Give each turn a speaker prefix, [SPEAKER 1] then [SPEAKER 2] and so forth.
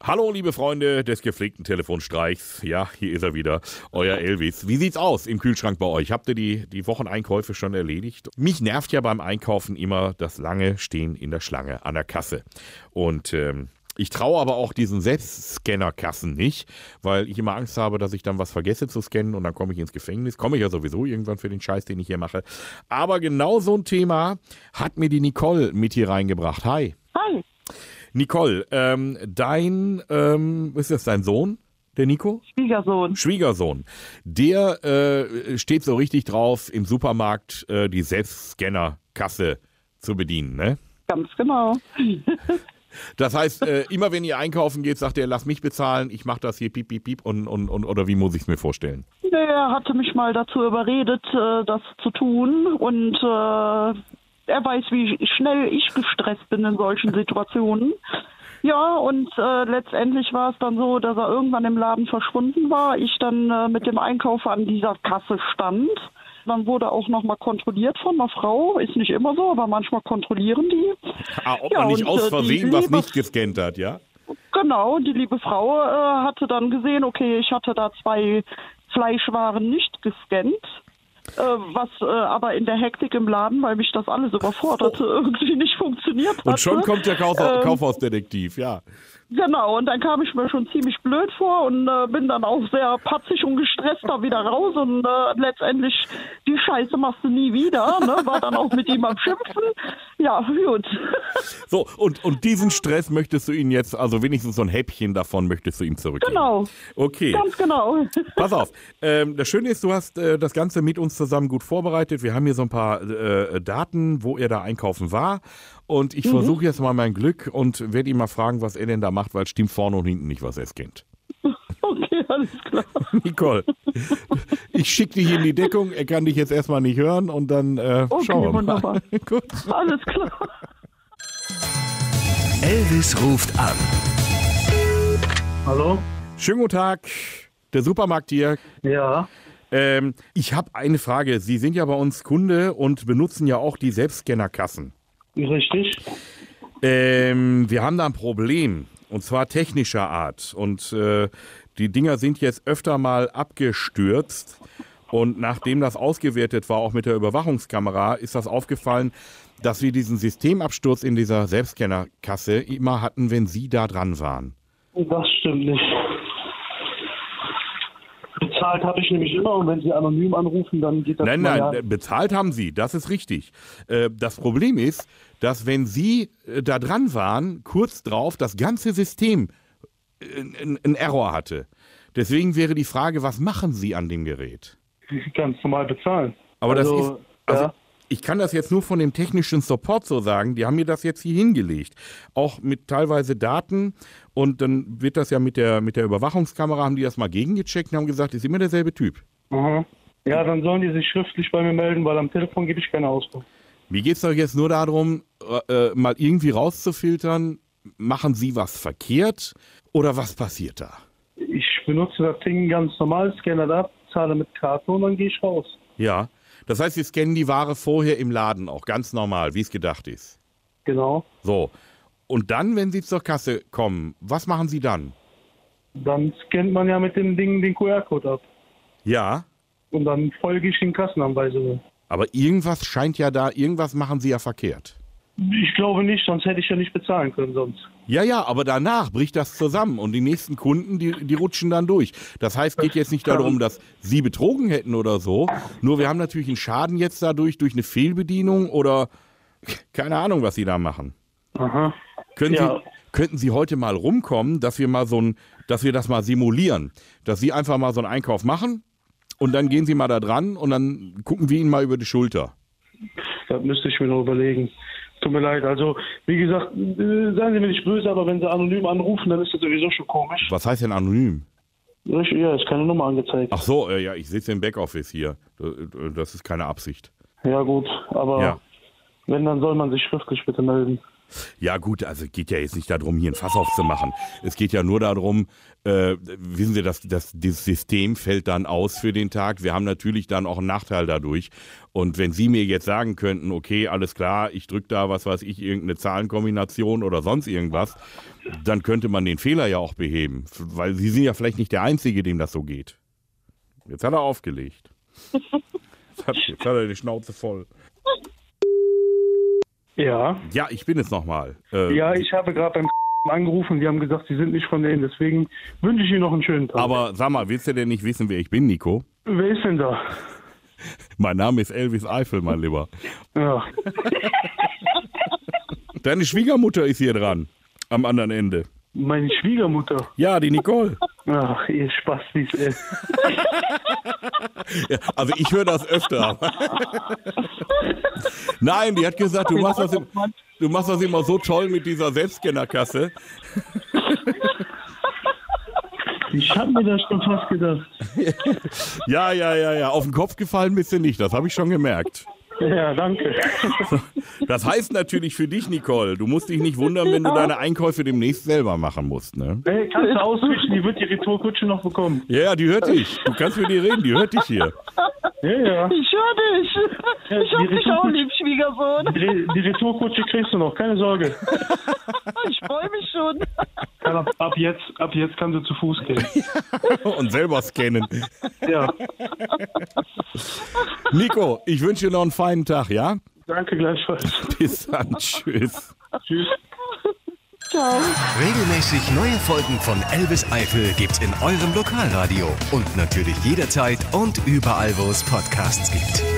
[SPEAKER 1] Hallo, liebe Freunde des gepflegten Telefonstreichs. Ja, hier ist er wieder, euer Elvis. Wie sieht's aus im Kühlschrank bei euch? Habt ihr die, die Wocheneinkäufe schon erledigt? Mich nervt ja beim Einkaufen immer das lange Stehen in der Schlange an der Kasse. Und ähm, ich traue aber auch diesen Selbstscannerkassen nicht, weil ich immer Angst habe, dass ich dann was vergesse zu scannen und dann komme ich ins Gefängnis. Komme ich ja sowieso irgendwann für den Scheiß, den ich hier mache. Aber genau so ein Thema hat mir die Nicole mit hier reingebracht. Hi.
[SPEAKER 2] Hi.
[SPEAKER 1] Nicole, ähm, dein, ähm, ist das dein Sohn, der Nico?
[SPEAKER 2] Schwiegersohn.
[SPEAKER 1] Schwiegersohn. Der äh, steht so richtig drauf, im Supermarkt äh, die Selbstscannerkasse zu bedienen, ne?
[SPEAKER 2] Ganz genau.
[SPEAKER 1] Das heißt, äh, immer wenn ihr einkaufen geht, sagt er, lass mich bezahlen, ich mach das hier piep, piep, piep und, und, und oder wie muss ich es mir vorstellen?
[SPEAKER 2] Der hatte mich mal dazu überredet, äh, das zu tun und äh, er weiß, wie schnell ich gestresst bin in solchen Situationen. Ja, und äh, letztendlich war es dann so, dass er irgendwann im Laden verschwunden war. Ich dann äh, mit dem Einkauf an dieser Kasse stand. Dann wurde auch nochmal kontrolliert von einer Frau. Ist nicht immer so, aber manchmal kontrollieren die.
[SPEAKER 1] Ah, ob
[SPEAKER 2] Ja,
[SPEAKER 1] man nicht
[SPEAKER 2] und,
[SPEAKER 1] aus
[SPEAKER 2] äh, die
[SPEAKER 1] Versehen was
[SPEAKER 2] Leber-
[SPEAKER 1] nicht gescannt hat, ja?
[SPEAKER 2] Genau, die liebe Frau äh, hatte dann gesehen, okay, ich hatte da zwei Fleischwaren nicht gescannt. Äh, was äh, aber in der Hektik im Laden, weil mich das alles überforderte, irgendwie nicht funktioniert hat.
[SPEAKER 1] Und schon kommt der Kauf
[SPEAKER 2] Ähm.
[SPEAKER 1] Kaufhausdetektiv, ja.
[SPEAKER 2] Genau, und dann kam ich mir schon ziemlich blöd vor und äh, bin dann auch sehr patzig und gestresst da wieder raus und äh, letztendlich die Scheiße machst du nie wieder, ne? War dann auch mit ihm am Schimpfen. Ja, gut.
[SPEAKER 1] So, und, und diesen Stress möchtest du ihn jetzt, also wenigstens so ein Häppchen davon möchtest du ihm zurückgeben.
[SPEAKER 2] Genau.
[SPEAKER 1] Okay.
[SPEAKER 2] Ganz genau.
[SPEAKER 1] Pass auf. Ähm, das Schöne ist, du hast äh, das Ganze mit uns zusammen gut vorbereitet. Wir haben hier so ein paar äh, Daten, wo er da einkaufen war. Und
[SPEAKER 2] Mhm.
[SPEAKER 1] ich versuche jetzt mal mein Glück und werde ihn mal fragen, was er denn da macht, weil es stimmt vorne und hinten nicht, was er kennt.
[SPEAKER 2] Okay, alles klar.
[SPEAKER 1] Nicole, ich schicke dich in die Deckung. Er kann dich jetzt erstmal nicht hören und dann äh,
[SPEAKER 2] Okay,
[SPEAKER 1] schauen wir mal.
[SPEAKER 2] wunderbar.
[SPEAKER 1] Gut.
[SPEAKER 2] Alles klar.
[SPEAKER 3] Elvis ruft an.
[SPEAKER 4] Hallo?
[SPEAKER 1] Schönen guten Tag. Der Supermarkt hier.
[SPEAKER 4] Ja,
[SPEAKER 1] Ähm, ich habe eine Frage. Sie sind ja bei uns Kunde und benutzen ja auch die Selbstscannerkassen.
[SPEAKER 4] richtig.
[SPEAKER 1] Ähm, wir haben da ein Problem. Und zwar technischer Art. Und äh, die Dinger sind jetzt öfter mal abgestürzt. Und nachdem das ausgewertet war, auch mit der Überwachungskamera, ist das aufgefallen, dass wir diesen Systemabsturz in dieser Selbstscannerkasse immer hatten, wenn Sie da dran waren.
[SPEAKER 4] Das stimmt nicht. Bezahlt habe ich nämlich immer und wenn Sie anonym anrufen, dann geht das
[SPEAKER 1] Nein,
[SPEAKER 4] mal
[SPEAKER 1] nein,
[SPEAKER 4] ja-
[SPEAKER 1] äh, bezahlt haben sie, das ist richtig. Äh, Das Problem ist, dass wenn sie äh, da dran waren, kurz drauf das ganze System äh, n- einen Error hatte. Deswegen wäre die Frage, was machen sie an dem Gerät?
[SPEAKER 4] ganz normal bezahlen.
[SPEAKER 1] Aber das
[SPEAKER 4] Also,
[SPEAKER 1] ist. Also,
[SPEAKER 4] ja.
[SPEAKER 1] Ich kann das jetzt nur von dem technischen Support so sagen. Die haben mir das jetzt hier hingelegt. Auch mit teilweise Daten. Und dann wird das ja mit der, mit der Überwachungskamera, haben die das mal gegengecheckt und haben gesagt, ist immer derselbe Typ.
[SPEAKER 4] Aha. Ja, dann sollen die sich schriftlich bei mir melden, weil am Telefon gebe ich keine Auskunft.
[SPEAKER 1] Mir geht's doch jetzt nur darum, äh, äh, mal irgendwie rauszufiltern, machen Sie was verkehrt oder was passiert da?
[SPEAKER 4] Ich benutze das Ding ganz normal, scanne das ab, zahle mit Karte und dann gehe ich raus.
[SPEAKER 1] Ja. Das heißt, Sie scannen die Ware vorher im Laden auch ganz normal, wie es gedacht ist.
[SPEAKER 4] Genau.
[SPEAKER 1] So. Und dann, wenn Sie zur Kasse kommen, was machen Sie dann?
[SPEAKER 4] Dann scannt man ja mit dem Ding den QR-Code ab.
[SPEAKER 1] Ja.
[SPEAKER 4] Und dann folge ich den Kassenanweisungen.
[SPEAKER 1] Aber irgendwas scheint ja da, irgendwas machen Sie ja verkehrt.
[SPEAKER 4] Ich glaube nicht, sonst hätte ich ja nicht bezahlen können sonst.
[SPEAKER 1] Ja, ja, aber danach bricht das zusammen und die nächsten Kunden, die, die rutschen dann durch. Das heißt, geht jetzt nicht darum, dass sie betrogen hätten oder so. Nur wir haben natürlich einen Schaden jetzt dadurch, durch eine Fehlbedienung oder keine Ahnung, was sie da machen.
[SPEAKER 4] Aha.
[SPEAKER 1] Können
[SPEAKER 4] Ja.
[SPEAKER 1] Sie, könnten Sie heute mal rumkommen, dass wir mal so ein, dass wir das mal simulieren, dass Sie einfach mal so einen Einkauf machen und dann gehen Sie mal da dran und dann gucken wir Ihnen mal über die Schulter.
[SPEAKER 4] Das müsste ich mir noch überlegen. Tut mir leid. Also, wie gesagt, äh, seien Sie mir nicht böse, aber wenn Sie anonym anrufen, dann ist das sowieso schon komisch.
[SPEAKER 1] Was heißt denn anonym?
[SPEAKER 4] Ich, ja, ist keine Nummer angezeigt.
[SPEAKER 1] Ach so, äh, ja, ich sitze im Backoffice hier. Äh, Das ist keine Absicht.
[SPEAKER 4] Ja, gut. Aber
[SPEAKER 1] Ja.
[SPEAKER 4] wenn, dann soll man sich schriftlich bitte melden.
[SPEAKER 1] Ja gut, also geht ja jetzt nicht darum, hier ein Fass aufzumachen. Es geht ja nur darum, äh, wissen Sie, das, das, das System fällt dann aus für den Tag. Wir haben natürlich dann auch einen Nachteil dadurch. Und wenn Sie mir jetzt sagen könnten, okay, alles klar, ich drücke da, was weiß ich, irgendeine Zahlenkombination oder sonst irgendwas, dann könnte man den Fehler ja auch beheben. Weil Sie sind ja vielleicht nicht der Einzige, dem das so geht. Jetzt hat er aufgelegt. Jetzt hat, jetzt hat er die Schnauze voll.
[SPEAKER 4] Ja.
[SPEAKER 1] Ja, ich bin es nochmal. Äh,
[SPEAKER 4] Ja, ich habe gerade beim angerufen. Die haben gesagt, sie sind nicht von denen. Deswegen wünsche ich Ihnen noch einen schönen Tag.
[SPEAKER 1] Aber sag mal, willst du denn nicht wissen, wer ich bin, Nico?
[SPEAKER 4] Wer ist denn da?
[SPEAKER 1] Mein Name ist Elvis Eifel, mein Lieber.
[SPEAKER 4] Ja.
[SPEAKER 1] Deine Schwiegermutter ist hier dran, am anderen Ende.
[SPEAKER 4] Meine Schwiegermutter.
[SPEAKER 1] Ja, die Nicole.
[SPEAKER 4] Ach, ihr Spastis, ey.
[SPEAKER 1] Ja, also ich höre das öfter. Nein, die hat gesagt, du machst, das im, du machst das immer so toll mit dieser Selbstscannerkasse.
[SPEAKER 4] Ich habe mir das schon fast gedacht.
[SPEAKER 1] Ja, ja, ja, ja. Auf den Kopf gefallen bist du nicht, das habe ich schon gemerkt.
[SPEAKER 4] Ja, danke.
[SPEAKER 1] Das heißt natürlich für dich, Nicole, du musst dich nicht wundern, wenn du deine Einkäufe demnächst selber machen musst. Ne?
[SPEAKER 4] Ey, kannst du auswischen, die wird die Retourkutsche noch bekommen.
[SPEAKER 1] Ja, ja, die hört dich. Du kannst mit ihr reden, die hört dich hier.
[SPEAKER 4] Ja, ja.
[SPEAKER 2] Ich höre dich. Ich hab
[SPEAKER 4] die
[SPEAKER 2] dich auch
[SPEAKER 4] Retourkutsche-
[SPEAKER 2] lieb, Schwiegersohn.
[SPEAKER 4] Die, Re- die Retourkutsche kriegst du noch, keine Sorge.
[SPEAKER 2] Ich freue mich schon.
[SPEAKER 4] Kann ab, ab jetzt, ab jetzt kannst du zu Fuß gehen.
[SPEAKER 1] Und selber scannen.
[SPEAKER 4] Ja.
[SPEAKER 1] Nico, ich wünsche dir noch einen feinen Tag, ja?
[SPEAKER 4] Danke gleichfalls.
[SPEAKER 1] Bis dann, tschüss.
[SPEAKER 4] Tschüss.
[SPEAKER 2] Ciao.
[SPEAKER 3] Regelmäßig neue Folgen von Elvis Eifel gibt's in eurem Lokalradio und natürlich jederzeit und überall, wo es Podcasts gibt.